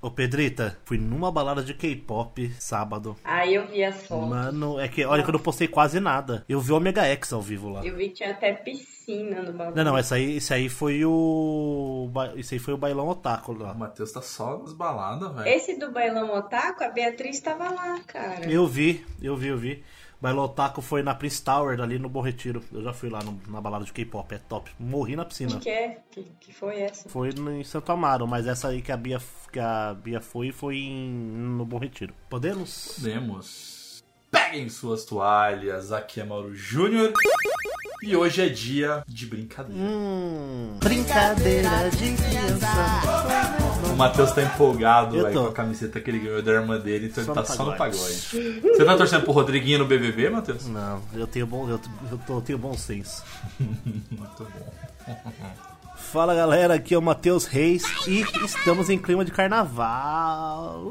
Ô Pedrita, fui numa balada de K-pop sábado. Aí eu vi as fotos. Mano, é que olha que eu não postei quase nada. Eu vi Omega X ao vivo lá. Eu vi que tinha até piscina no bagulho. Não, não, essa aí, esse aí foi o. ba- Esse aí foi o bailão otaku lá. O Matheus tá só nas baladas, é. velho. Esse do Bailão Otaku, a Beatriz tava lá, cara. Eu vi, eu vi, eu vi. Bailão otaku foi na Prince Tower, ali no Bom Retiro. Eu já fui lá no- na balada de K-pop, é top. Morri na piscina. Acho que é? Que, que foi essa? Foi no- em Santo Amaro, mas essa aí que a Bia, que a Bia foi, foi em- no Bom Retiro. Podemos? Podemos. Peguem suas toalhas, aqui é Mauro Júnior. E hoje é dia de brincadeira. Hum, brincadeira de criança. O Matheus tá empolgado Eu véi, tô. com a camiseta que ele ganhou da irmã dele, então Só ele tá no só no pagode. pagode. Você tá torcendo pro Rodriguinho no BBB, Matheus? Não, eu tenho bom, eu, eu tô- eu tenho bom senso. Muito bom. Fala galera, aqui é o Matheus Reis e estamos em clima de carnaval.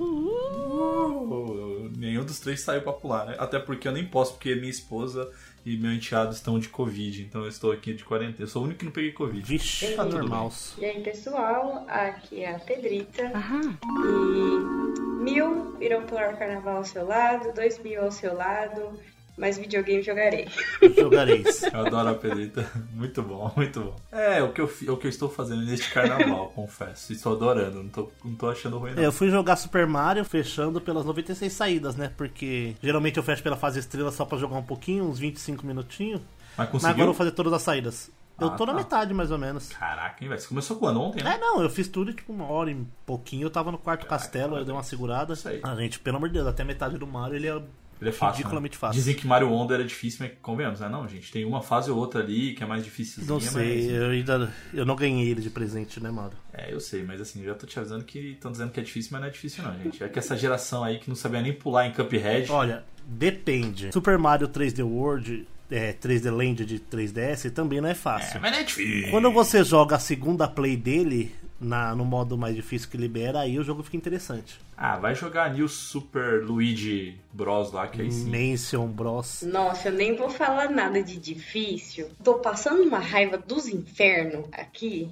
Uhul. Pô, Nenhum dos três saiu pra pular, né? Até porque eu nem posso, porque minha esposa e meu enteado estão de Covid, então eu estou aqui de quarentena. Eu sou o único que não peguei Covid. Vixe, Tá tudo normal. E aí, pessoal, aqui é a Pedrita. Aham. E mil irão pular carnaval ao seu lado, dois mil ao seu lado, mas videogame jogarei. Jogareis. Eu adoro a Pedrita. Muito bom, muito bom. É, o que eu, fi- o que eu estou fazendo neste carnaval, confesso. Estou adorando, não tô, não tô achando ruim, não. É, Eu fui jogar Super Mario fechando pelas 96 saídas, né? Porque geralmente eu fecho pela fase estrela só pra jogar um pouquinho, uns 25 minutinhos. Mas Mas agora eu conseguiu? vou fazer todas as saídas. eu Ah, tô na tá. metade, mais ou menos. Caraca, hein, velho? Você começou quando ontem, né? É, não, eu fiz tudo tipo uma hora e pouquinho. Eu tava no quarto castelo, aí eu dei uma segurada. Isso aí. Ah, gente, pelo amor de Deus, até metade do Mario ele é Ele é fácil. ridiculamente né? fácil. Dizem que Mario Onda era difícil, mas convenhamos, né? Não, gente, tem uma fase ou outra ali que é mais dificilzinha, Não sei, mas. eu ainda. Eu não ganhei ele de presente, né, Mauro? É, eu sei, mas assim, eu já tô te avisando que estão dizendo que é difícil, mas não é difícil, não, gente. É que essa geração aí que não sabia nem pular em Cuphead. Olha, depende. Super Mario 3D World, é, 3D Land de 3DS também não é É, fácil. mas não é difícil. Quando você joga a segunda play dele na, no modo mais difícil que libera, aí o jogo fica interessante. Ah, vai jogar New Super Luigi Bros lá, Hum. que aí sim. Mansion Bros. Nossa, eu nem vou falar nada de difícil. Tô passando uma raiva dos infernos aqui.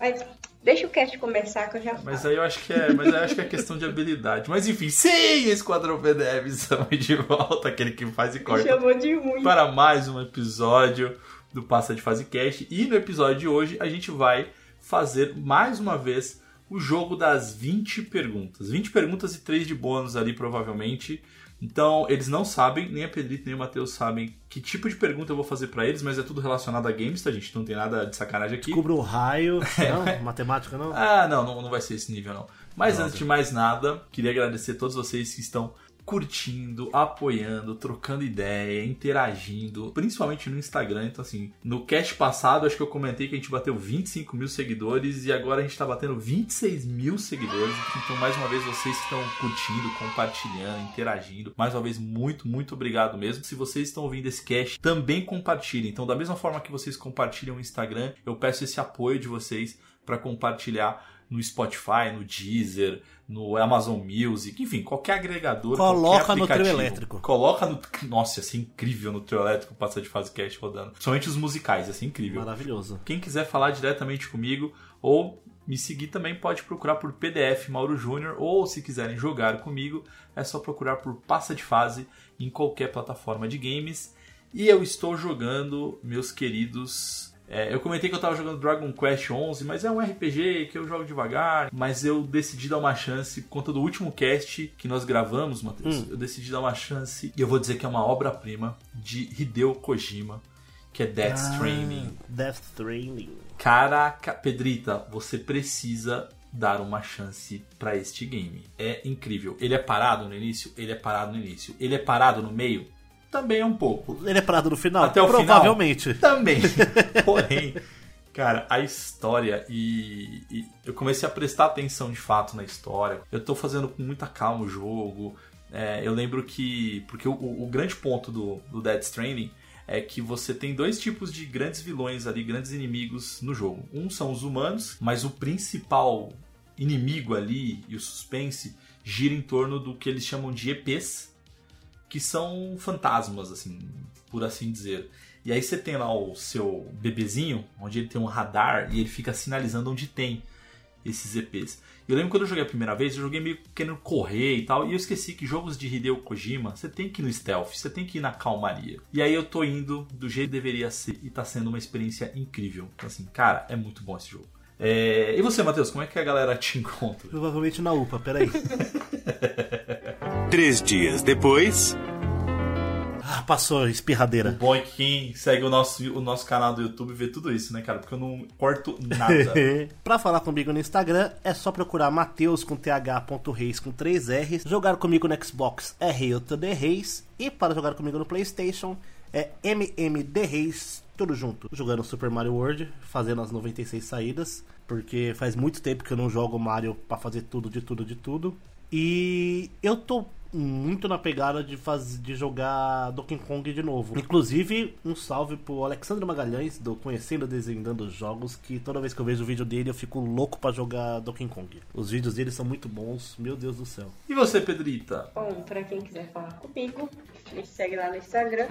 Mas deixa o cast começar que eu já falo. Mas aí eu acho que é, mas aí eu acho que é questão de habilidade. Mas enfim, sim, Esquadrão PDF estamos de volta, aquele que faz e é, Me corta. chamou de ruim. Para mais um episódio do Passa de Fase Cast. E no episódio de hoje a gente vai fazer mais uma vez o jogo das 20 perguntas. 20 perguntas e 3 de bônus ali, provavelmente. Então, eles não sabem, nem a Pedrito nem o Matheus sabem que tipo de pergunta eu vou fazer pra eles, mas é tudo relacionado a games, tá, gente? Não tem nada de sacanagem aqui. Cubra o raio. É. Não, matemática não. Ah, não, não, não vai ser esse nível, não. Mas antes de mais nada, queria agradecer a todos vocês que estão curtindo, apoiando, trocando ideia, interagindo, principalmente no Instagram. Então, assim, no cast passado, acho que eu comentei que a gente bateu 25 mil seguidores e agora a gente tá batendo 26 mil seguidores. Então, mais uma vez, vocês que estão curtindo, compartilhando, interagindo. Mais uma vez, muito, muito obrigado mesmo. Se vocês estão ouvindo esse cast, também compartilhem. Então, da mesma forma que vocês compartilham o Instagram, eu peço esse apoio de vocês para compartilhar no Spotify, no Deezer, no Amazon Music, enfim, qualquer agregador. Coloca qualquer no trio aplicativo. elétrico. Coloca no. Nossa, ia ser incrível no trio elétrico passar de fase cast rodando. Somente os musicais, ia ser incrível. Maravilhoso. Quem quiser falar diretamente comigo ou me seguir também pode procurar por PDF Mauro Júnior ou se quiserem jogar comigo é só procurar por Passa de Fase em qualquer plataforma de games. E eu estou jogando, meus queridos. é, eu comentei que eu estava jogando Dragon Quest 11, mas é um RPG que eu jogo devagar. Mas eu decidi dar uma chance por conta do último cast que nós gravamos, Matheus. Eu decidi dar uma chance e eu vou dizer que é uma obra-prima de Hideo Kojima, que é Death Stranding. Ah, Death Training. Caraca, Pedrita, você precisa dar uma chance pra este game. É incrível. Ele é parado no início? Ele é parado no início. Ele é parado no meio? Também é um pouco. Ele é parado no final? Até o final? Provavelmente. Também. Porém, cara, a história e, e eu comecei a prestar atenção de fato na história. Eu tô fazendo com muita calma o jogo. É, eu lembro que. Porque o, o- o grande ponto do, do Dead Stranding é que você tem dois tipos de grandes vilões ali, grandes inimigos no jogo. Um são os humanos, mas o principal inimigo ali e o suspense gira em torno do que eles chamam de EPs, que são fantasmas, assim, por assim dizer. E aí você tem lá o seu bebezinho, onde ele tem um radar e ele fica sinalizando onde tem esses EPs. Eu lembro quando eu joguei a primeira vez, eu joguei meio querendo correr e tal, e eu esqueci que jogos de Hideo Kojima, você tem que ir no stealth, você tem que ir na calmaria. E aí eu tô indo do jeito que deveria ser e tá sendo uma experiência incrível. Então, assim, cara, é muito bom esse jogo. É, E você, Matheus, como é que a galera te encontra? Provavelmente na UPA, peraí. Três dias depois. Ah, passou, espirradeira. Bom, é que quem segue o nosso, o nosso canal do YouTube vê tudo isso, né, cara? Porque eu não corto nada. pra falar comigo no Instagram, é só procurar Mateus com th.reis com 3 R's. Jogar comigo no Xbox é Reilton de Reis. E para jogar comigo no PlayStation é MMD Reis, tudo junto. Jogando Super Mario World, fazendo as 96 saídas. Porque faz muito tempo que eu não jogo Mario pra fazer tudo, de tudo, de tudo. E eu tô muito na pegada de, faz... de jogar Donkey Kong de novo. Inclusive, um salve pro Alexandre Magalhães, do Conhecendo e Desenhando Jogos, que toda vez que eu vejo o vídeo dele eu fico louco pra jogar Donkey Kong. Os vídeos dele são muito bons, meu Deus do céu. E você, Pedrita? Bom, pra quem quiser falar comigo, me segue lá no Instagram,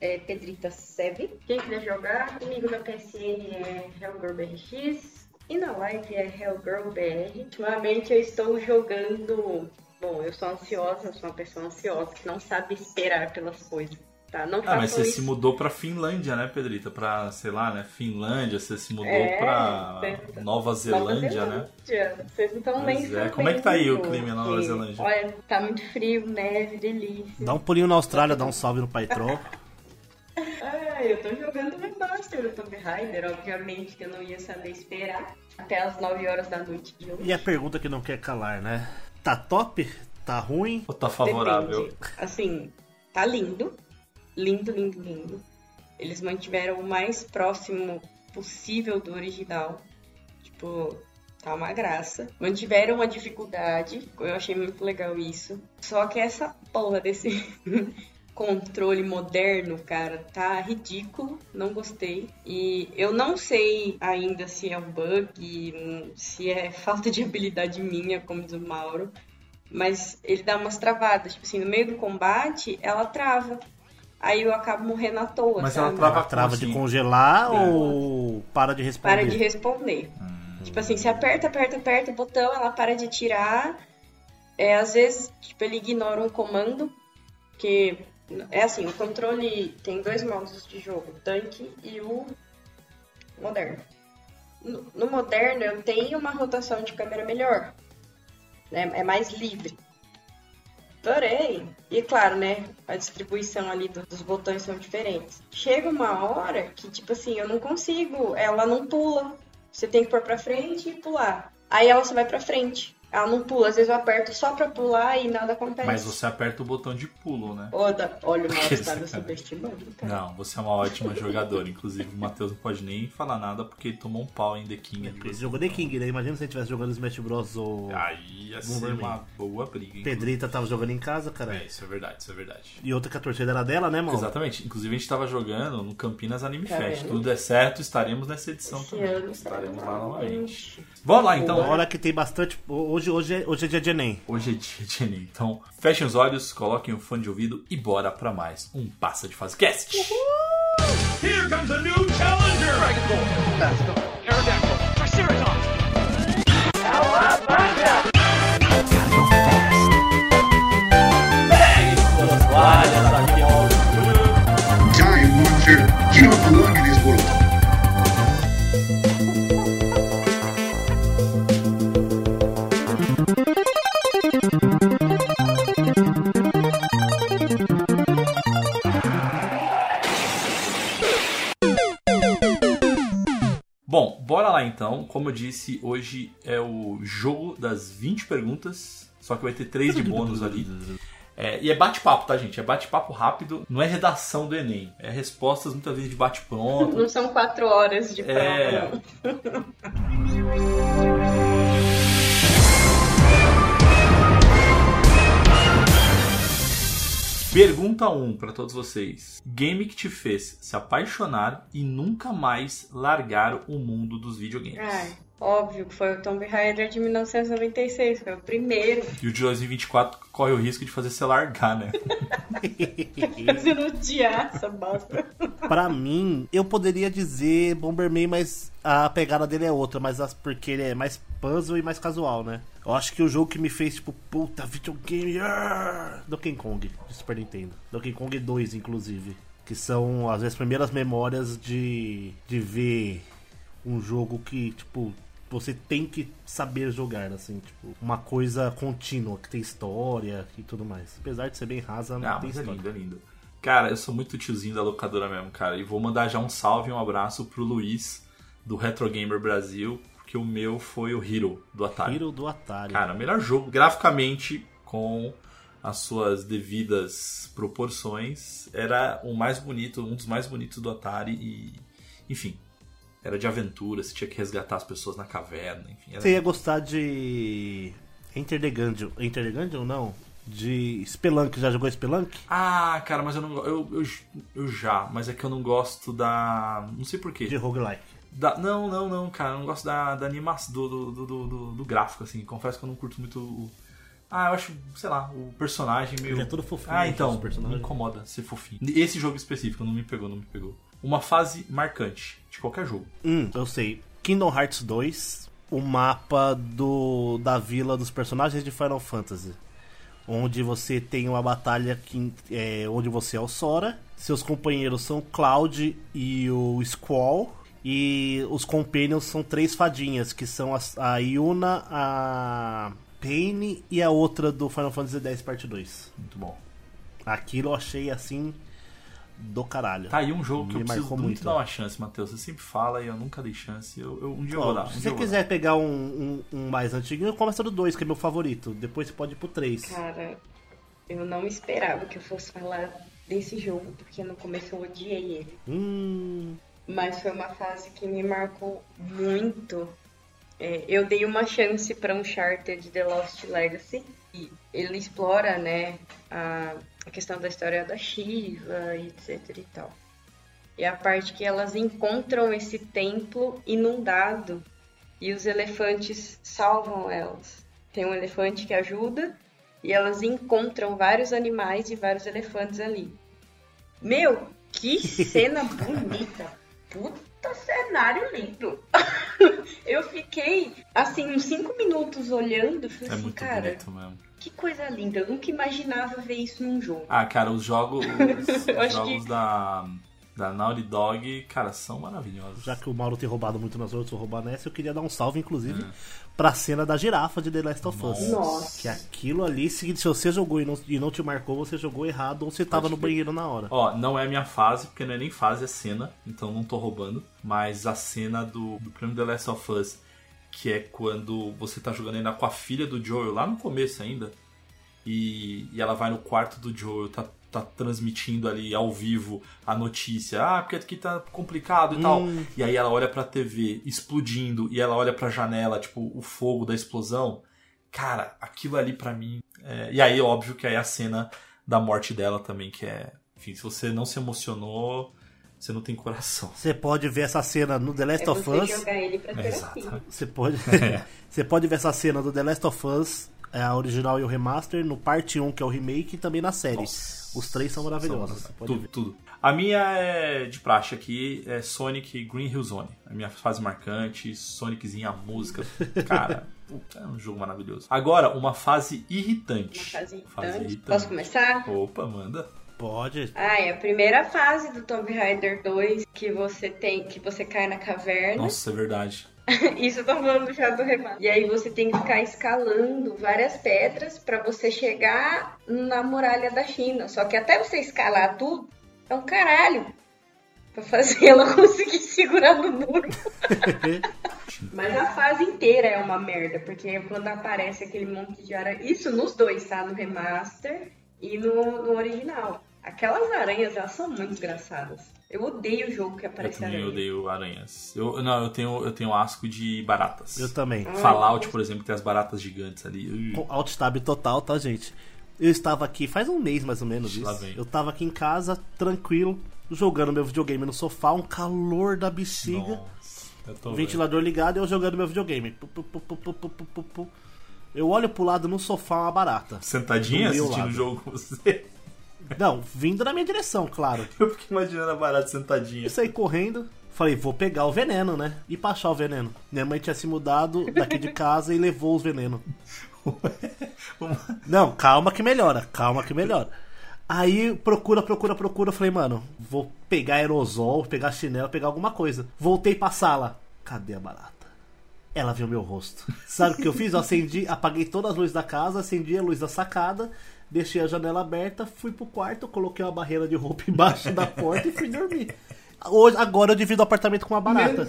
é PedritaSeve. Quem quiser jogar comigo na PSN é HellgirlBRX e na live é HellgirlBR. Ultimamente eu estou jogando. Bom, eu sou ansiosa, eu sou uma pessoa ansiosa que não sabe esperar pelas coisas. Tá, não Ah, mas façam você isso. se mudou pra Finlândia, né, Pedrita? Pra, sei lá, né, Finlândia, você se mudou É, pra certo. Nova Zelândia, Nova né? Zelândia. Vocês não estão nem Pois é. sabendo Como é que tá aí o porque, clima na Nova Zelândia? Olha, tá muito frio, neve, delícia. Dá um pulinho na Austrália, dá um salve no Paitrol. Ah, eu tô jogando remaster do Tomb Raider, obviamente que eu não ia saber esperar até as 9 horas da noite de hoje. E a pergunta que não quer calar, né? Tá top? Tá ruim? Ou tá favorável? Depende. Assim, tá lindo. Lindo, lindo, lindo. Eles mantiveram o mais próximo possível do original. Tipo, tá uma graça. Mantiveram uma dificuldade. Eu achei muito legal isso. Só que essa porra desse controle moderno, cara, tá ridículo. Não gostei. E eu não sei ainda se é um bug, se é falta de habilidade minha, como diz o Mauro. Mas ele dá umas travadas. Tipo assim, no meio do combate, ela trava. Aí eu acabo morrendo à toa, Mas sabe? ela trava, Ela trava como de assim? congelar É. ou para de responder? Para de responder. Tipo assim, você aperta, aperta, aperta o botão, ela para de tirar. É, às vezes, tipo, ele ignora um comando. Porque, é assim, o controle tem dois modos de jogo. o Tanque e o moderno. No, no moderno, eu tenho uma rotação de câmera melhor. né? É mais livre. Porém, e claro, né? A distribuição ali do- dos botões são diferentes. Chega uma hora que, tipo assim, eu não consigo. Ela não pula. Você tem que pôr pra frente e pular. Aí ela só vai pra frente. Ela não pula. Às vezes eu aperto só pra pular e nada acontece. Mas você aperta o botão de pulo, né? Oda, olha o Mauro tá me Cara. subestimando, cara. Não, você é uma ótima jogadora. Inclusive, o Matheus não pode nem falar nada porque ele tomou um pau em The King. Ele jogou The King, né? Imagina se ele estivesse jogando Smash Bros. ou Aí ia ser Bomberman. uma boa briga. inclusive. Pedrita tava jogando em casa, cara. É, isso é verdade, isso é verdade. E outra que a torcida era dela, né, mano? Exatamente. Inclusive, a gente tava jogando no Campinas Anime Tá Fest. vendo? Tudo der certo, estaremos nessa edição Esse também. ano estaremos será lá novamente. novamente. Vamos lá, então. Hora que tem bastante. Hoje, hoje, é- hoje é dia de Enem. Hoje é dia de Enem, então fechem os olhos, coloquem o fone de ouvido e bora pra mais um Passa de Fase Cast. Here comes a new challenger! Dragon Ball, Aerodactyl, Triceratops! Time Monster, you don't belong in this world. Bom, bora lá então. Como eu disse, hoje é o jogo das 20 perguntas, só que vai ter 3 de bônus ali. É, e é bate-papo, tá, gente? É bate-papo rápido, não é redação do Enem. É respostas muitas vezes de bate-pronto, Não são quatro horas de prova, É. não. Pergunta 1 pra todos vocês. Game que te fez se apaixonar e nunca mais largar o mundo dos videogames. Ai, óbvio que foi o Tomb Raider de 1996, foi o primeiro. E o de 2024 corre o risco de fazer você largar, né? Fazendo odiar essa bosta. Pra mim, eu poderia dizer Bomberman, mas a pegada dele é outra, mas as- porque ele é mais puzzle e mais casual, né? Eu acho que o jogo que me fez, tipo, puta, videogame. ah, Donkey Kong, de Super Nintendo. Donkey Kong 2, inclusive. Que são as minhas primeiras memórias de, de ver um jogo que, tipo, você tem que saber jogar, assim, tipo, uma coisa contínua, que tem história e tudo mais. Apesar de ser bem rasa, não, Ah, tem mas é história. lindo, é lindo. Cara, eu sou muito tiozinho da locadora mesmo, cara. E vou mandar já um salve e um abraço pro Luiz, do Retro Gamer Brasil, porque o meu foi o Hero, do Atari. Hero do Atari. Cara, melhor jogo, graficamente, com as suas devidas proporções, era o mais bonito, um dos mais bonitos do Atari e... Enfim, era de aventura, você tinha que resgatar as pessoas na caverna, enfim. Era... Você ia gostar de. Enter the Gungeon. Enter the Gungeon, não? De Spelunk. Já jogou Spelunk? Ah, cara, mas eu não... go- Eu, eu, eu já, mas é que eu não gosto da... Não sei porquê. De roguelike. Da- não, não, não, cara. Eu não gosto da, da animação, do, do, do- do, do, do gráfico, assim. Confesso que eu não curto muito o. Ah, eu acho, sei lá, o personagem meio. Ele é todo fofinho, Ah, né, então, os personagens. me incomoda ser fofinho. Esse jogo específico não me pegou, não me pegou. Uma fase marcante de qualquer jogo. Hum, eu sei. Kingdom Hearts 2, o mapa do da vila dos personagens de Final Fantasy. Onde você tem uma batalha que, é, onde você é o Sora, seus companheiros são o Cloud e o Squall, e os companions são três fadinhas, que são as- a Yuna, a Pain e a outra do Final Fantasy X Parte 2. Muito bom. Aquilo eu achei assim do caralho. Tá aí um jogo que Me eu preciso marcou muito, muito. dar uma chance, Matheus. Você sempre fala e eu nunca dei chance. Eu, eu- um dia eu vou Ó, dar. um se dia você eu vou quiser pegar um, um- um mais antiguinho, começa do 2, que é meu favorito. Depois você pode ir pro 3. Cara, eu não esperava que eu fosse falar desse jogo, porque no começo eu odiei ele. Hum. Mas foi uma fase que me marcou muito. É, eu dei uma chance para um charter de The Lost Legacy. E ele explora, né, a, a questão da história da Shiva, e etc e tal. E a parte que elas encontram esse templo inundado e os elefantes salvam elas. Tem um elefante que ajuda e elas encontram vários animais e vários elefantes ali. Meu, que cena bonita! Puta cenário lindo! Eu fiquei, assim, uns cinco minutos olhando e falei dar. É assim, muito cara, bonito mesmo. que coisa linda! Eu nunca imaginava ver isso num jogo. Ah, cara, os jogos, os Eu acho jogos que- da, da Naughty Dog, cara, são maravilhosos. Já que o Mauro tem roubado muito nas outras, eu vou roubar nessa. Eu queria dar um salve, inclusive, pra cena da girafa de The Last of Us. Nossa. Que aquilo ali, se, se você jogou e não, e não te marcou, você jogou errado ou você tava no crer. banheiro na hora. Ó, não é a minha fase, porque não é nem fase, é cena, então não tô roubando. Mas a cena do, do prêmio The Last of Us, que é quando você tá jogando ainda com a filha do Joel, lá no começo ainda, e, e ela vai no quarto do Joel, tá, tá transmitindo ali ao vivo a notícia. Ah, porque aqui tá complicado e tal. E aí ela olha pra TV explodindo, e ela olha pra janela, tipo, o fogo da explosão. Cara, aquilo ali pra mim. é- E aí, óbvio que aí a cena da morte dela também, que é. Enfim, se você não se emocionou, você não tem coração. Você pode ver essa cena no The É Last of você Us. jogar ele pra terapia. Exato. Você pode, você pode ver essa cena do The Last of Us, é, a original e o remaster, no parte 1, que é o remake, e também na série. Nossa. Os três são maravilhosos. você pode tudo, tudo. A minha é de praxe aqui, é Sonic e Green Hill Zone. A minha fase marcante, Soniczinha, a música. Cara, puta, é um jogo maravilhoso. Agora, uma fase irritante. Uma fase irritante. Posso começar? Opa, manda. Pode. Ah, é a primeira fase do Tomb Raider 2 que você tem, que você cai na caverna. Nossa, é verdade. Isso eu tô falando já do remate. E aí você tem que ficar escalando várias pedras pra você chegar na muralha da China. Só que até você escalar tudo, é um caralho. Pra fazer ela conseguir segurar no muro. Mas a fase inteira é uma merda, porque quando aparece aquele monte de aranha. Isso nos dois, tá? No remaster e no, no original. Aquelas aranhas, elas são muito engraçadas. Eu odeio o jogo que Eu aparece também aranha. odeio aranhas. Eu, não, eu tenho, eu tenho asco de baratas. Eu também. Fallout, por exemplo, tem as baratas gigantes ali. Ui, Com alt tab total, tá, gente? Eu estava aqui faz um mês mais ou menos Lá isso. vem. Eu tava aqui em casa, tranquilo, jogando meu videogame no sofá, um calor da bexiga, nossa, eu tô o vendo. ventilador ligado e eu jogando meu videogame. Pu, pu, pu, pu, pu, pu, pu, pu, pu. Eu olho pro lado no sofá uma barata. Sentadinha Do meu assistindo o lado. jogo com você. Não, vindo na minha direção, claro. Eu fiquei imaginando a barata sentadinha. Eu saí correndo, Falei, vou pegar o veneno, né? E passar o veneno. Minha mãe tinha se mudado daqui de casa e levou os venenos. Não, calma que melhora, calma que melhora. Aí procura, procura, procura. Falei, mano, vou pegar aerosol, pegar chinelo, pegar alguma coisa. Voltei pra sala. Cadê a barata? Ela viu meu rosto. Sabe o que eu fiz? Eu acendi, apaguei todas as luzes da casa, acendi a luz da sacada, deixei a janela aberta, fui pro quarto, coloquei uma barreira de roupa embaixo da porta e fui dormir. Hoje, agora eu divido o apartamento com uma barata.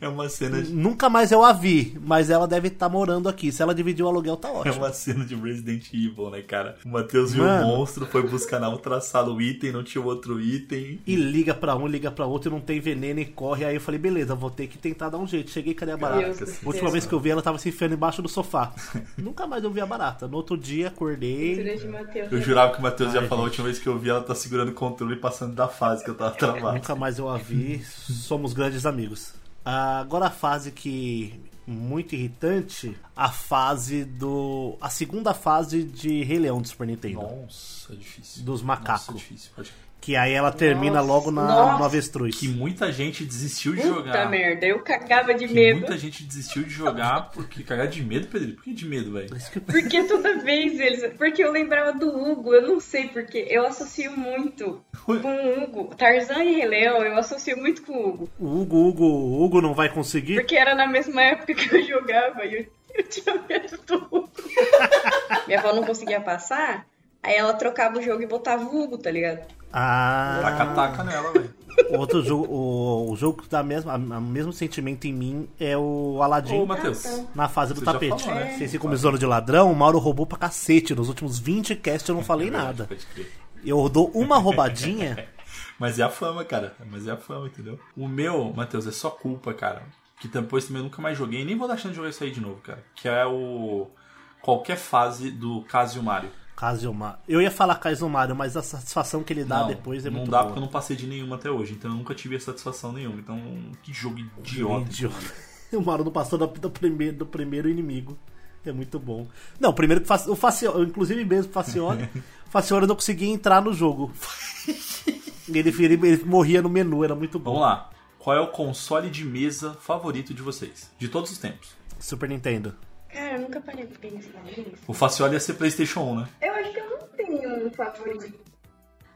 É uma cena de, Nunca mais eu a vi, mas ela deve estar morando aqui. Se ela dividir o aluguel, tá é ótimo. uma cena de Resident Evil, né, cara? O Matheus viu Mano. o monstro, foi buscar na outra sala o item, não tinha outro item. E liga pra um, liga pra outro, e não tem veneno e corre. Aí eu falei, beleza, vou ter que tentar dar um jeito. Cheguei, cadê a barata? Deus do céu. Última vez que eu vi, ela tava se enfiando embaixo do sofá. Nunca mais eu vi a barata. No outro dia, acordei. Cultura de Mateus. Eu jurava que o Matheus já Ai, falou a última vez que eu vi ela tá segurando o controle e passando da fase que eu É, tava travado. Nunca mais eu a vi. Somos grandes amigos. Ah, Agora a fase que. Muito irritante. A fase do. A segunda fase de Rei Leão do Super Nintendo. Nossa, é difícil. Dos macacos. Nossa, difícil. Pode... Que aí ela termina Nossa, logo na, nossa. no avestruz. Que muita gente desistiu de Puta jogar. merda, eu cagava de Que medo. muita gente desistiu de jogar porque cagar de medo, Pedro. Por que de medo, velho? Porque toda vez eles. Porque eu lembrava do Hugo, eu não sei porque. Eu associo muito com o Hugo. Tarzan e Rei Leão, eu associo muito com o Hugo. O Hugo, Hugo, o Hugo não vai conseguir. Porque era na mesma época que eu jogava e eu, eu tinha medo do Hugo. Minha avó não conseguia passar, aí ela trocava o jogo e botava o Hugo, tá ligado? Ah, Taca-taca nela, velho. outro jogo. O, o jogo que dá mesmo, a, a mesmo sentimento em mim é o Aladdin. Ô, Matheus. Na fase do Você já tapete. falou, né? Vocês ficam me zoando de ladrão, o Mauro roubou pra cacete. Nos últimos 20 casts eu não É falei nada. Pode crer. Eu dou uma roubadinha. Mas é a fama, cara. Mas é a fama, entendeu? O meu, Matheus, é só culpa, cara. Que depois também eu nunca mais joguei. Nem vou dar chance de jogar isso aí de novo, cara. Que é o. Qualquer fase do Casio Mario. Kazumar. Eu ia falar Kazumário, mas a satisfação que ele dá não, depois é não muito dá boa. porque eu não passei de nenhuma até hoje. Então eu nunca tive satisfação nenhuma. Então, que jogo idiota. Idiota. O Mauro não passou da- do, primeiro, do primeiro inimigo. É muito bom. Não, o primeiro que fa- o Facione, inclusive mesmo o Facione, o Facione não conseguia entrar no jogo. Ele, ele- ele morria no menu, era muito bom. Vamos lá. Qual é o console de mesa favorito de vocês? De todos os tempos. Super Nintendo. Cara, eu nunca parei pra pensar nisso. O Facioli ia ser PlayStation 1, né? Eu acho que eu não tenho um favorito.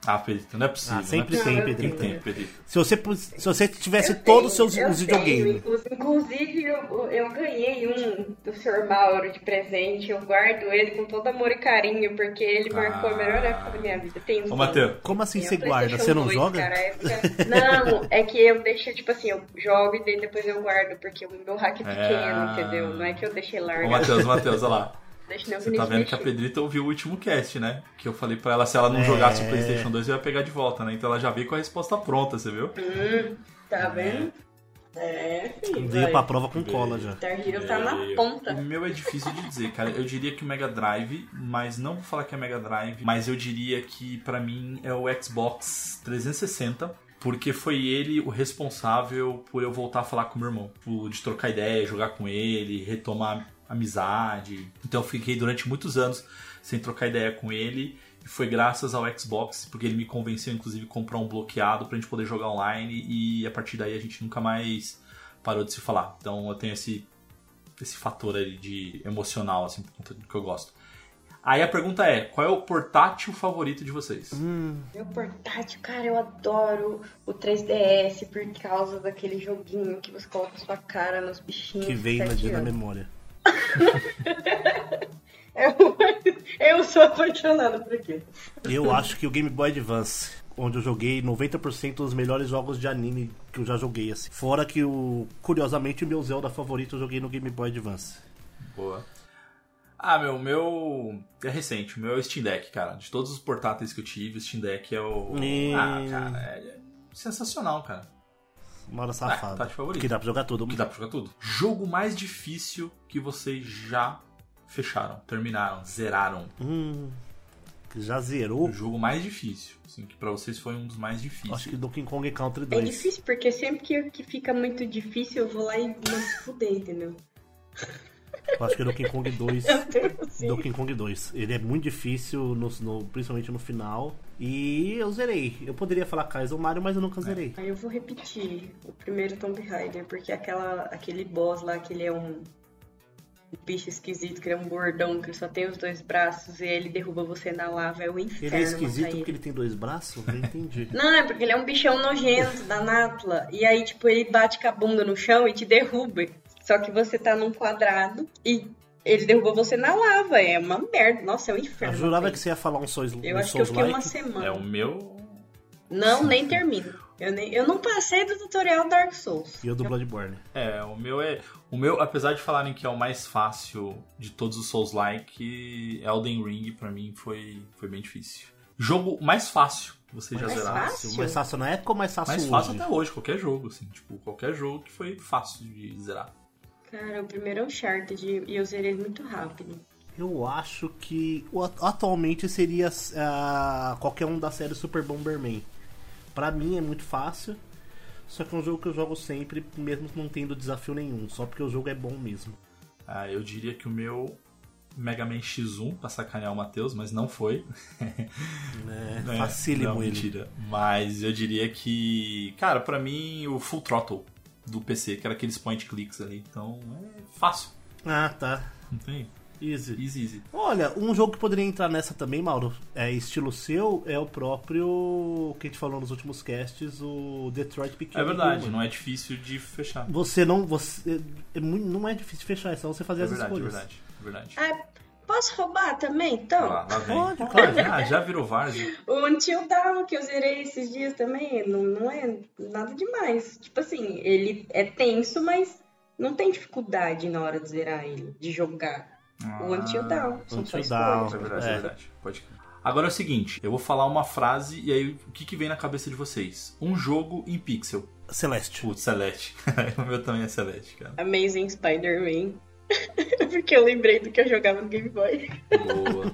Ah, Pedrito, não é possível. Ah, sempre não é tem, possível. Pedrito. Tem, Pedrito. Se você, pus- se você tivesse Eu todos tenho, os eu seus os tenho, um videogames. inclusive- Inclusive, eu, eu ganhei um do Sr. Mauro de presente. Eu guardo ele com todo amor e carinho, porque ele marcou a melhor Ah. época da minha vida. Tem um Ô, Matheus. Como assim Tem você o guarda? PlayStation Você não 2, joga? cara, é porque- Não, é que eu deixo, tipo assim, eu jogo e daí depois eu guardo, porque o meu hack é pequeno, É. Ah. entendeu? Não é que eu deixei largo. Ô, Matheus, Matheus, olha lá. Deixo nem o Você tá Vinícius vendo que a mexer. Pedrita ouviu o último cast, né? Que eu falei pra ela, se ela não É. jogasse o Playstation 2, eu ia pegar de volta, né? Então ela já veio com a resposta pronta, você viu? Tá vendo? É, sim, Veio vai. pra prova com cola já. Guitar Hero tá na O ponta. meu é difícil de dizer, cara. Eu diria que o Mega Drive, mas não vou falar que é Mega Drive, mas eu diria que pra mim é o Xbox 360. Porque foi ele o responsável por eu voltar a falar com meu irmão. Tipo, De trocar ideia, jogar com ele, retomar amizade. Então eu fiquei durante muitos anos sem trocar ideia com ele. E foi graças ao Xbox, porque ele me convenceu, inclusive, a comprar um bloqueado pra gente poder jogar online. E a partir daí a gente nunca mais parou de se falar. Então eu tenho esse esse fator aí de emocional, assim, por conta do que eu gosto. Aí a pergunta é, qual é o portátil favorito de vocês? Meu portátil, cara, eu adoro o 3DS por causa daquele joguinho que você coloca sua cara nos bichinhos. Que veio na, sete na anos. memória. É um Eu sou apaixonada por aquilo. É Eu acho que o Game Boy Advance, onde eu joguei 90% dos melhores jogos de anime que eu já joguei, assim. Fora que o. Curiosamente, o meu Zelda favorito eu joguei no Game Boy Advance. Boa. Ah, meu, o meu é recente, o meu é o Steam Deck, cara. De todos os portáteis que eu tive, o Steam Deck é o... Hum. Ah, cara, é sensacional, cara. Mora safado. tá de favorito. que dá pra jogar tudo. O que dá pra jogar tudo. Jogo mais difícil que vocês já fecharam, terminaram, zeraram. Hum, já zerou. O jogo mais difícil, assim, que pra vocês foi um dos mais difíceis. Acho que Donkey Kong Country É 2. difícil, porque sempre que, que fica muito difícil, eu vou lá e me fuder, entendeu? Eu acho que é do King Kong 2. Sim. Donkey Kong 2. Ele é muito difícil, no, no- principalmente no final. E eu zerei. Eu poderia falar Kaiser Mario, mas eu É. nunca zerei. Aí eu vou repetir o primeiro Tomb Raider, porque aquela, aquele boss lá, que ele é um um bicho esquisito, que ele é um gordão, que ele só tem os dois braços e ele derruba você na lava, é o Ele inferno. é esquisito matar porque ele tem dois braços? Não entendi. Não, é porque ele é um bichão nojento da Natla. E aí, tipo, ele bate com a bunda no chão e te derruba. Só que você tá num quadrado e ele derruba você na lava. É uma merda. Nossa, é um Eu inferno. jurava velho. que você ia falar um Souls um Eu acho que eu fiquei uma Souls-like. semana. É o meu. Não, nem termino. Eu, nem... eu não passei do tutorial Dark Souls. E eu do Bloodborne. É, o meu é. O meu, apesar de falarem que é o mais fácil de todos os Souls-like, Elden Ring pra mim foi, foi bem difícil. Jogo mais fácil que você já Mais zerar. fácil? Fácil. Mais fácil na época ou mais fácil Mais hoje? fácil até hoje, qualquer jogo, assim. Tipo, qualquer jogo que foi fácil de zerar. Cara, o primeiro é o Uncharted e eu zerei ele muito rápido. Eu acho que o at- atualmente seria ah, qualquer um da série Super Bomberman. Pra mim é muito fácil, só que é um jogo que eu jogo sempre, mesmo não tendo desafio nenhum, só porque o jogo é bom mesmo. Ah, eu diria que o meu Mega Man X1, pra sacanear o Matheus, mas não foi. É, né? facílimo não, ele. Mentira. Mas eu diria que, cara, pra mim o Full Throttle do PC, que era aqueles point clicks ali, então é fácil, Ah, tá. não tem? Easy. Easy, easy. Olha, um jogo que poderia entrar nessa também, Mauro, é estilo seu, é o próprio que a gente falou nos últimos casts, o Detroit Become É verdade, Human. não é difícil de fechar. Você não, você é mu- não é difícil fechar, é só você fazer É as verdade, é escolhas. verdade, é verdade. Ah, posso roubar também, Olha então? Lá, lá vem. Pode, Ah, claro. já, já virou várzea. O Until Dawn que eu zerei esses dias também, não, não é nada demais. Tipo assim, ele é tenso, mas não tem dificuldade na hora de zerar ele, de jogar. O Ah, Until Dawn, são só Until escolhas. É Dawn. verdade, é, É. verdade. Pode crer. Agora é o seguinte, eu vou falar uma frase e aí o que, que vem na cabeça de vocês? Um jogo em pixel. Celeste. Putz, Celeste. o meu também é Celeste, cara. Amazing Spider-Man. Porque eu lembrei do que eu jogava no Game Boy. Boa.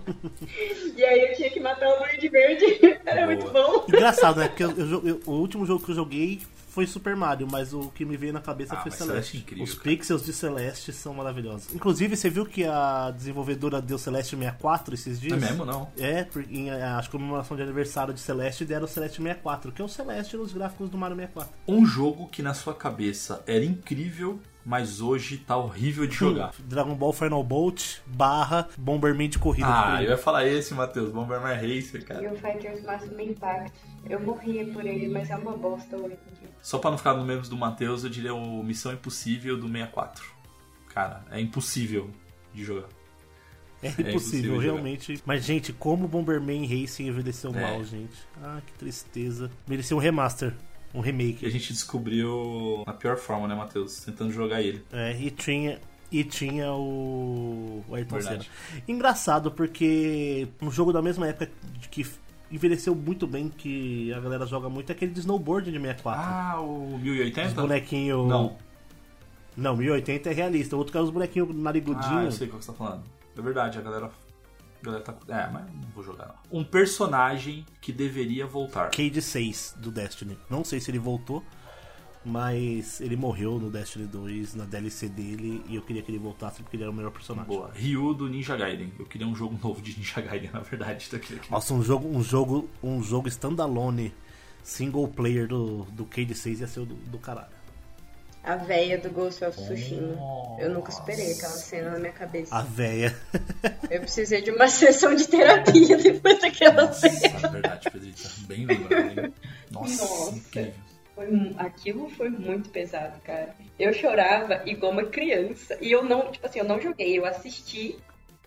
E aí eu tinha que matar o Luigi Verde. Era Boa. muito bom. Engraçado, né? Porque eu- eu jo- eu- o último jogo que eu joguei foi Super Mario, mas o que me veio na cabeça Ah, foi mas Celeste. Celeste é incrível, Os cara. pixels de Celeste são maravilhosos. Inclusive, você viu que a desenvolvedora deu Celeste 64 esses dias? Não é mesmo, não? É, por- em, a- acho que comemoração de aniversário de Celeste deram o Celeste 64, que é o Celeste nos gráficos do Mario 64. Um jogo que na sua cabeça era incrível, mas hoje tá horrível de jogar. Dragon Ball Final Bolt barra Bomberman de corrida. Ah, eu ia falar esse, Matheus. Bomberman Racer, cara. o Fighters Máximo Impact. Eu morria por ele, mas é uma bosta hoje. Só pra não ficar no mesmo do Matheus, eu diria o Missão Impossível do 64. Cara, é impossível de jogar. É É impossível, impossível jogar. realmente. Mas, gente, como o Bomberman Racing envelheceu É. mal, gente. Ah, que tristeza. Merecia um remaster, um E a remake. gente descobriu na pior forma, né, Matheus? Tentando jogar ele. É, e tinha. E tinha o. o Ayrton Verdade. Senna. Engraçado, porque um jogo da mesma época de que envelheceu muito bem, que a galera joga muito, é aquele de snowboard de 64. Ah, o os 1080? bonequinhos. Não. Não, 1080 é realista. O outro que era os bonequinhos Ah, eu narigudinhos. sei qual que você tá falando. É verdade, a galera. A galera tá. É, mas não vou jogar, não. Um personagem que deveria voltar. Cade 6 do Destiny. Não sei se ele voltou, mas ele morreu no Destiny 2, na DLC dele, e eu queria que ele voltasse porque ele era o melhor personagem. Boa. Ryu do Ninja Gaiden. Eu queria um jogo novo de Ninja Gaiden, na verdade. Tô aqui, aqui. Nossa, um jogo, um jogo, um jogo standalone single player do, do Cade 6 ia ser o do, do caralho. A véia do Ghost of Tsushima. Eu nunca esperei aquela cena na minha cabeça. A Ah. véia. Eu precisei de uma sessão de terapia depois daquela Nossa, cena. é verdade, Pedrita. Bem lembrado, hein? Nossa, Nossa. incrível. Foi mu- Aquilo foi muito pesado, cara. Eu chorava igual uma criança. E eu não, tipo assim, eu não joguei. Eu assisti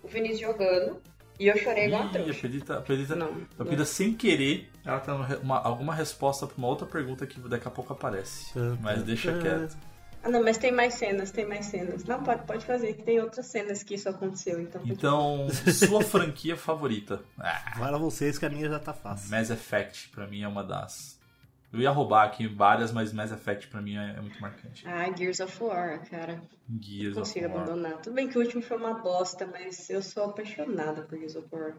o Vinícius jogando e eu chorei É igual uma Ih, a trouxa. Pedrita, a Pedrita, Não, a Pedrita sem querer, ela tá uma, uma- alguma resposta pra uma outra pergunta que daqui a pouco aparece. Tá, Mas tá, deixa tá. quieto. Ah, não, mas tem mais cenas, tem mais cenas. Não, pode, pode fazer, que tem outras cenas que isso aconteceu. Então, Então, sua franquia favorita? Ah, Para vocês que a minha já tá fácil. Mass Effect, pra mim, é uma das. Eu ia roubar aqui várias, mas Mass Effect pra mim é, é muito marcante. Ah, Gears of War, cara. Não Gears of consigo War. abandonar. Tudo bem que o último foi uma bosta, mas eu sou apaixonada por Gears of War.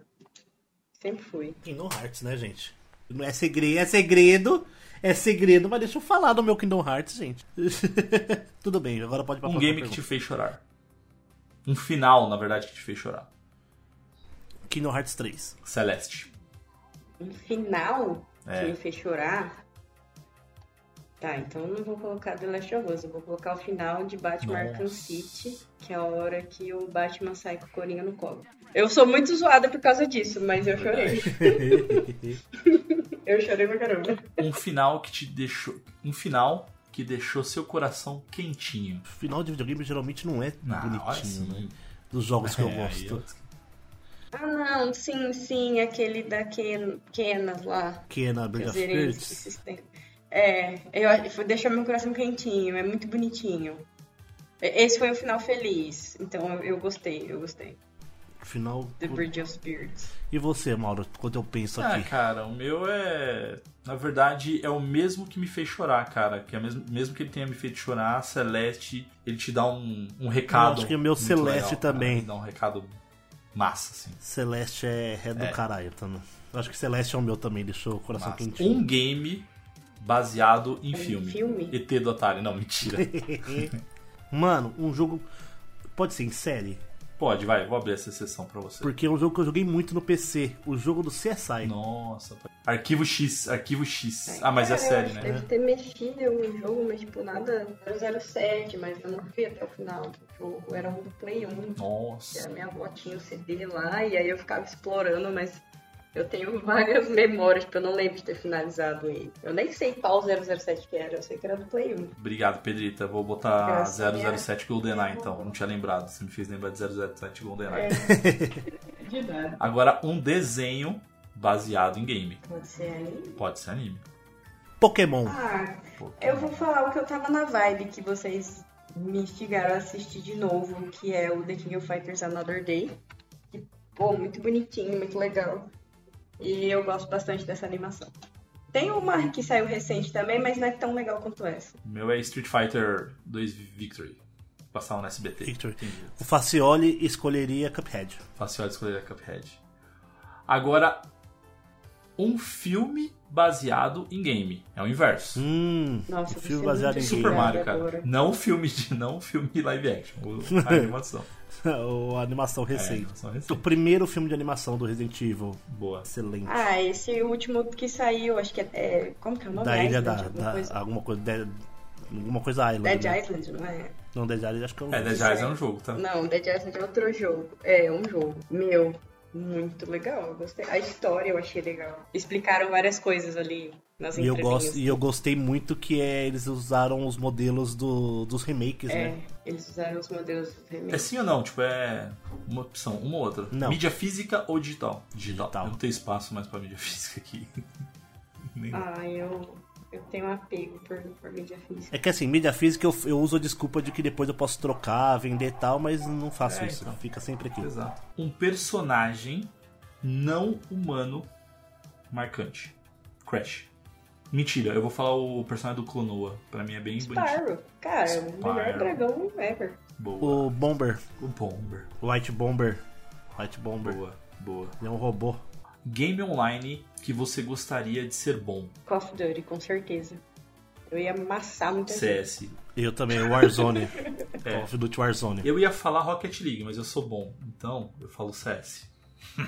Sempre fui. Kingdom Hearts, né, gente? Não é segredo, é segredo. É segredo, mas deixa eu falar do meu Kingdom Hearts, gente. Tudo bem, agora pode ir pra Um próxima game que pergunta. te fez chorar. Um final, na verdade, que te fez chorar. Kingdom Hearts 3. Celeste. Um final É. que me fez chorar. Tá, então eu não vou colocar The Last of Us, eu vou colocar o final de Batman Nossa. Arkham City, que é a hora que o Batman sai com o Coringa no colo. Eu sou muito zoada por causa disso, mas eu chorei. Eu chorei pra caramba. um final que te deixou. Um final que deixou seu coração quentinho. Final de videogame geralmente não é Não, olha bonitinho, assim. né? Dos jogos que eu É, aí gosto. Ah, não, sim, sim, aquele da Ken, Kenas lá. Que é na Que Bridge eu of zerei Spirits. esses tempos. É, eu, acho- foi- deixou meu coração quentinho, é muito bonitinho. E- Esse foi o final feliz, então eu, eu gostei, eu gostei. Final. The Bridge of Spirits. E você, Mauro, quando eu penso Ah, aqui? cara, o meu é. Na verdade, é o mesmo que me fez chorar, cara. Que é mesmo, mesmo que ele tenha me feito chorar, Celeste, ele te dá um, um recado. Eu acho que o meu muito Celeste legal, cara. também. Ele dá um recado massa, assim. Celeste é, é do É. caralho, tá? né? Eu acho que Celeste é o meu também, deixou o coração Massa. quentinho. Um game baseado em Um filme. filme? ET do Atari. Não, mentira. Mano, um jogo. Pode ser em série? Pode, vai, vou abrir essa sessão pra você. Porque é um jogo que eu joguei muito no PC. O jogo do CSI. Nossa, pai. Arquivo X, Arquivo X. Ah, mas é série, né? Deve ter mexido em algum jogo, mas tipo, nada 007, mas eu não fui até o final do jogo. Era um do Play 1, que a Nossa. minha avó tinha o CD lá, e aí eu ficava explorando, mas eu tenho vagas memórias, porque eu não lembro de ter finalizado ele. Eu nem sei qual 007 que era, eu sei que era do Play 1. Obrigado, Pedrita. Vou botar Graças a Deus. 007 GoldenEye, então. Não tinha lembrado. Você me fez lembrar de 007 GoldenEye. É. De nada. Agora, um desenho baseado em game. Pode ser anime? Pode ser anime. Pokémon. é Ah, Pô, eu vou falar o que eu tava na vibe que vocês me instigaram a assistir de novo, que é o The King of Fighters Another Day. Que, pô, muito bonitinho, muito legal. E eu gosto bastante dessa animação. Tem uma que saiu recente também, mas não é tão legal quanto essa. O meu é Street Fighter 2 Victory. um Passava no SBT. Victory. Entendi. O Facioli escolheria Cuphead. Fácil de escolher a Cuphead. Agora, um filme baseado em game. É o inverso. Hum. Nossa, filme você é baseado muito em Super game. Mario, agora. cara. Não o filme, de, não o filme live action. o- A animação. Ou a animação É, a recente. animação O recente. primeiro filme de animação do Resident Evil. Boa. Excelente. Ah, esse último que saiu, acho que é. é- como que é o nome? da ilha Island, da. alguma da- coisa. alguma coisa. Dead, alguma coisa Island. Dead né? Island, não é? Não, Dead Island acho que é o. É, Dead Eyes é um jogo, tá? Não, Dead Island é outro jogo. É um jogo. Meu, muito legal. Eu gostei. A história eu achei legal. Explicaram várias coisas ali nas E eu, gosto, entrelinhas. e eu gostei muito que é, eles usaram os modelos do, dos remakes, né? É, eles usaram os modelos do É remake. sim ou não? Tipo, é uma opção, uma ou outra. Não. Mídia física ou digital? Digital. Digital. Eu não tenho espaço mais pra mídia física aqui. Nem- Ah, eu, eu tenho um apego por, por mídia física. É que assim, mídia física eu, eu uso a desculpa de que depois eu posso trocar, vender e tal, mas não faço É, isso. então. Fica sempre aqui. Exato. Um personagem não humano marcante. Crash. Mentira, eu vou falar o personagem do Clonoa. Pra mim é bem bonitinho. Spyro, cara, é o melhor Spyro. dragão ever. Boa. O Bomber, O Bomber. White Bomber. White Bomber. Boa, boa. Ele é um robô. Game online que você gostaria de ser bom. Call of Duty, com certeza. Eu ia amassar muita gente. CS. Eu também, Warzone. É. Call of Duty Warzone. Eu ia falar Rocket League, mas eu sou bom. Então, eu falo CS.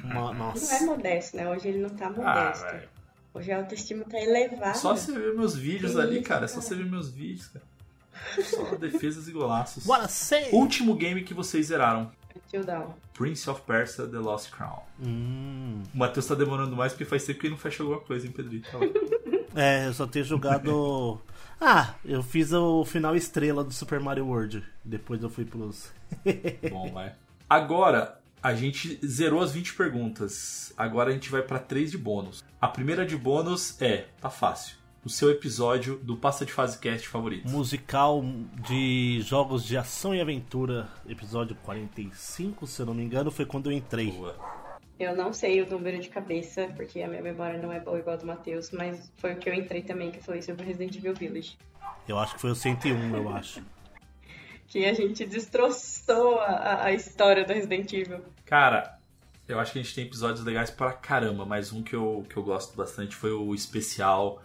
Ma- Não é Nossa. modesto, né? Hoje ele não tá Ah, modesto. velho. Hoje a autoestima tá elevada. Só você ver meus vídeos Que ali, isso, cara. É só cara. você ver meus vídeos, cara. Só defesas e golaços. What a save! Último game que vocês zeraram: Tio Down. Prince of Persia The Lost Crown. Hum. O Matheus tá demorando mais porque faz tempo que ele não fecha alguma coisa, hein, Pedrito? Tá lá. É, eu só tenho jogado. Ah, eu fiz o final estrela do Super Mario World. Depois eu fui pros. Bom, vai. Agora, a gente zerou as 20 perguntas. Agora a gente vai pra 3 de bônus. A primeira de bônus é: tá fácil. O seu episódio do Passa de Fase Cast favorito. Musical de jogos de ação e aventura, episódio 45, se eu não me engano, foi quando eu entrei. Boa. Eu não sei o número de cabeça, porque a minha memória não é boa igual a do Matheus, mas foi o que eu entrei também, que eu falei sobre Resident Evil Village. Eu acho que foi o 101, eu acho. Que a gente destroçou a- a, a história do Resident Evil. Cara, eu acho que a gente tem episódios legais pra caramba, mas um que eu, que eu gosto bastante foi o especial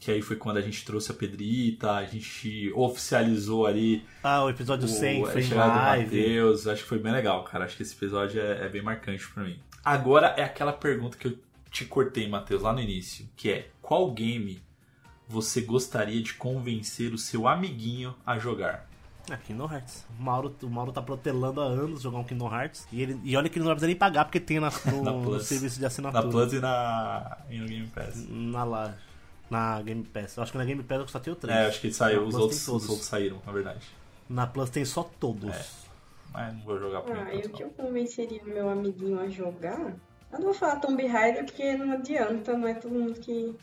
que aí foi quando a gente trouxe a Pedrita, a gente oficializou ali Ah, o episódio 100 a foi em chegada do live. Matheus. Acho que foi bem legal, cara. Acho que esse episódio é, é bem marcante pra mim. Agora é aquela pergunta que eu te cortei, Matheus, lá no início, que é qual game você gostaria de convencer o seu amiguinho a jogar? É, Kingdom Hearts. O Mauro, o Mauro tá protelando há anos jogar um Kingdom Hearts. E, ele, e olha que ele não vai precisar nem pagar, porque tem na, no, Na no Plus. serviço de Na assinatura. Plus e na e no Game Pass. Na lá. Na Game Pass. Eu acho que na Game Pass eu só tenho três. É, acho que Na saiu, os Plus outros, tem todos. os outros É. saíram, na verdade. Na Plus tem só todos. Mas não vou jogar por Ah, e o enquanto. que não. eu convenceria meu amiguinho a jogar? Eu não vou falar Tomb Raider porque não adianta, não é todo mundo que, que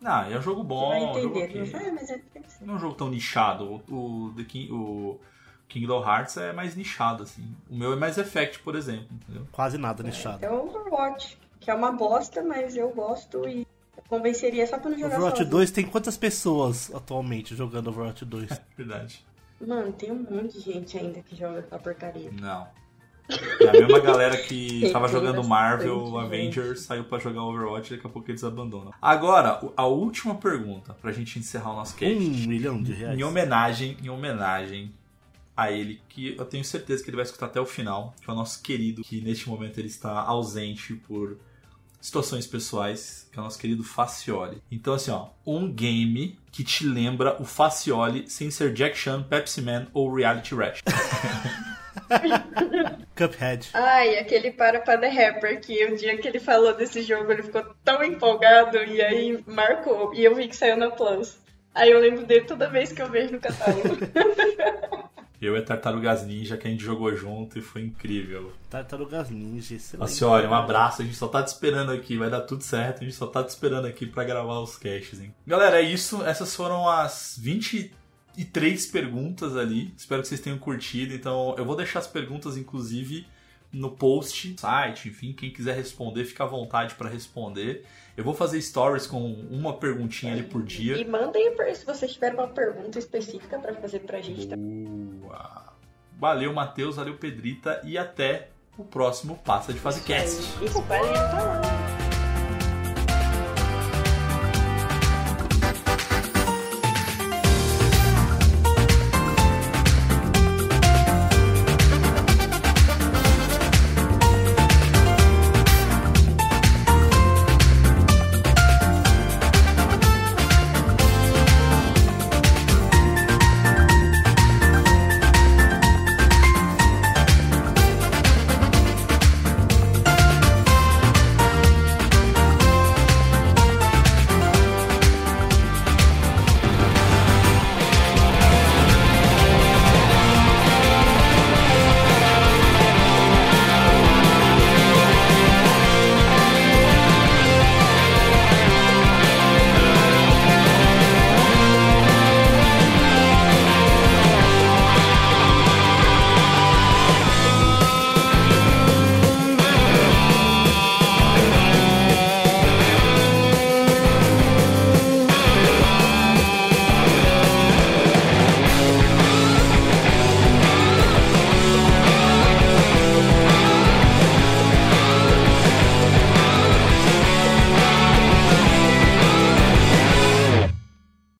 Não, é um jogo bom, vai é um jogo entender. que- Mas, ah, mas é porque eu sei. não é um jogo tão nichado. O, o, The King, o Kingdom Hearts é mais nichado, assim. O meu é mais Effect, por exemplo, entendeu? Quase nada nichado. É o Overwatch, que é uma bosta, mas eu gosto e eu convenceria só pra não jogar Overwatch sozinho. 2 tem quantas pessoas atualmente jogando Overwatch 2? É Verdade. Mano, tem um monte de gente ainda que joga essa porcaria. Não. É a mesma galera que Tem tava toda jogando essa Marvel, gente. né? Avengers, saiu pra jogar Overwatch e daqui a pouco eles abandonam. Agora, o- a última pergunta, pra gente encerrar o nosso cast. Um milhão de reais. Em homenagem, em homenagem a ele, que eu tenho certeza que ele vai escutar até o final, que é o nosso querido, que neste momento ele está ausente por situações pessoais, que é o nosso querido Facioli. Então, assim, ó, um game que te lembra o Facioli sem ser Jack Chan, Pepsi Man ou Reality Rash. Cuphead. Ai, aquele para para The Rapper, que o dia que ele falou desse jogo, ele ficou tão empolgado e aí marcou. E eu vi que saiu na Plus. Aí eu lembro dele toda vez que eu vejo no catálogo. Eu e a Tartarugas Ninja, que a gente jogou junto e foi incrível. Tartarugas Ninja. excelente. Facioli, um abraço, a gente só tá te esperando aqui, vai dar tudo certo, a gente só tá te esperando aqui pra gravar os caches, hein. Galera, é isso, essas foram as 23 perguntas ali, espero que vocês tenham curtido, então eu vou deixar as perguntas, inclusive, no post, site, enfim, quem quiser responder, fica à vontade pra responder. Eu vou fazer stories com uma perguntinha ali por dia. E mandem per- se vocês tiverem uma pergunta específica pra fazer pra gente. tá? Boa. Valeu, Matheus, valeu, Pedrita, e até o próximo Passa de Fase Cast. Isso vale falar.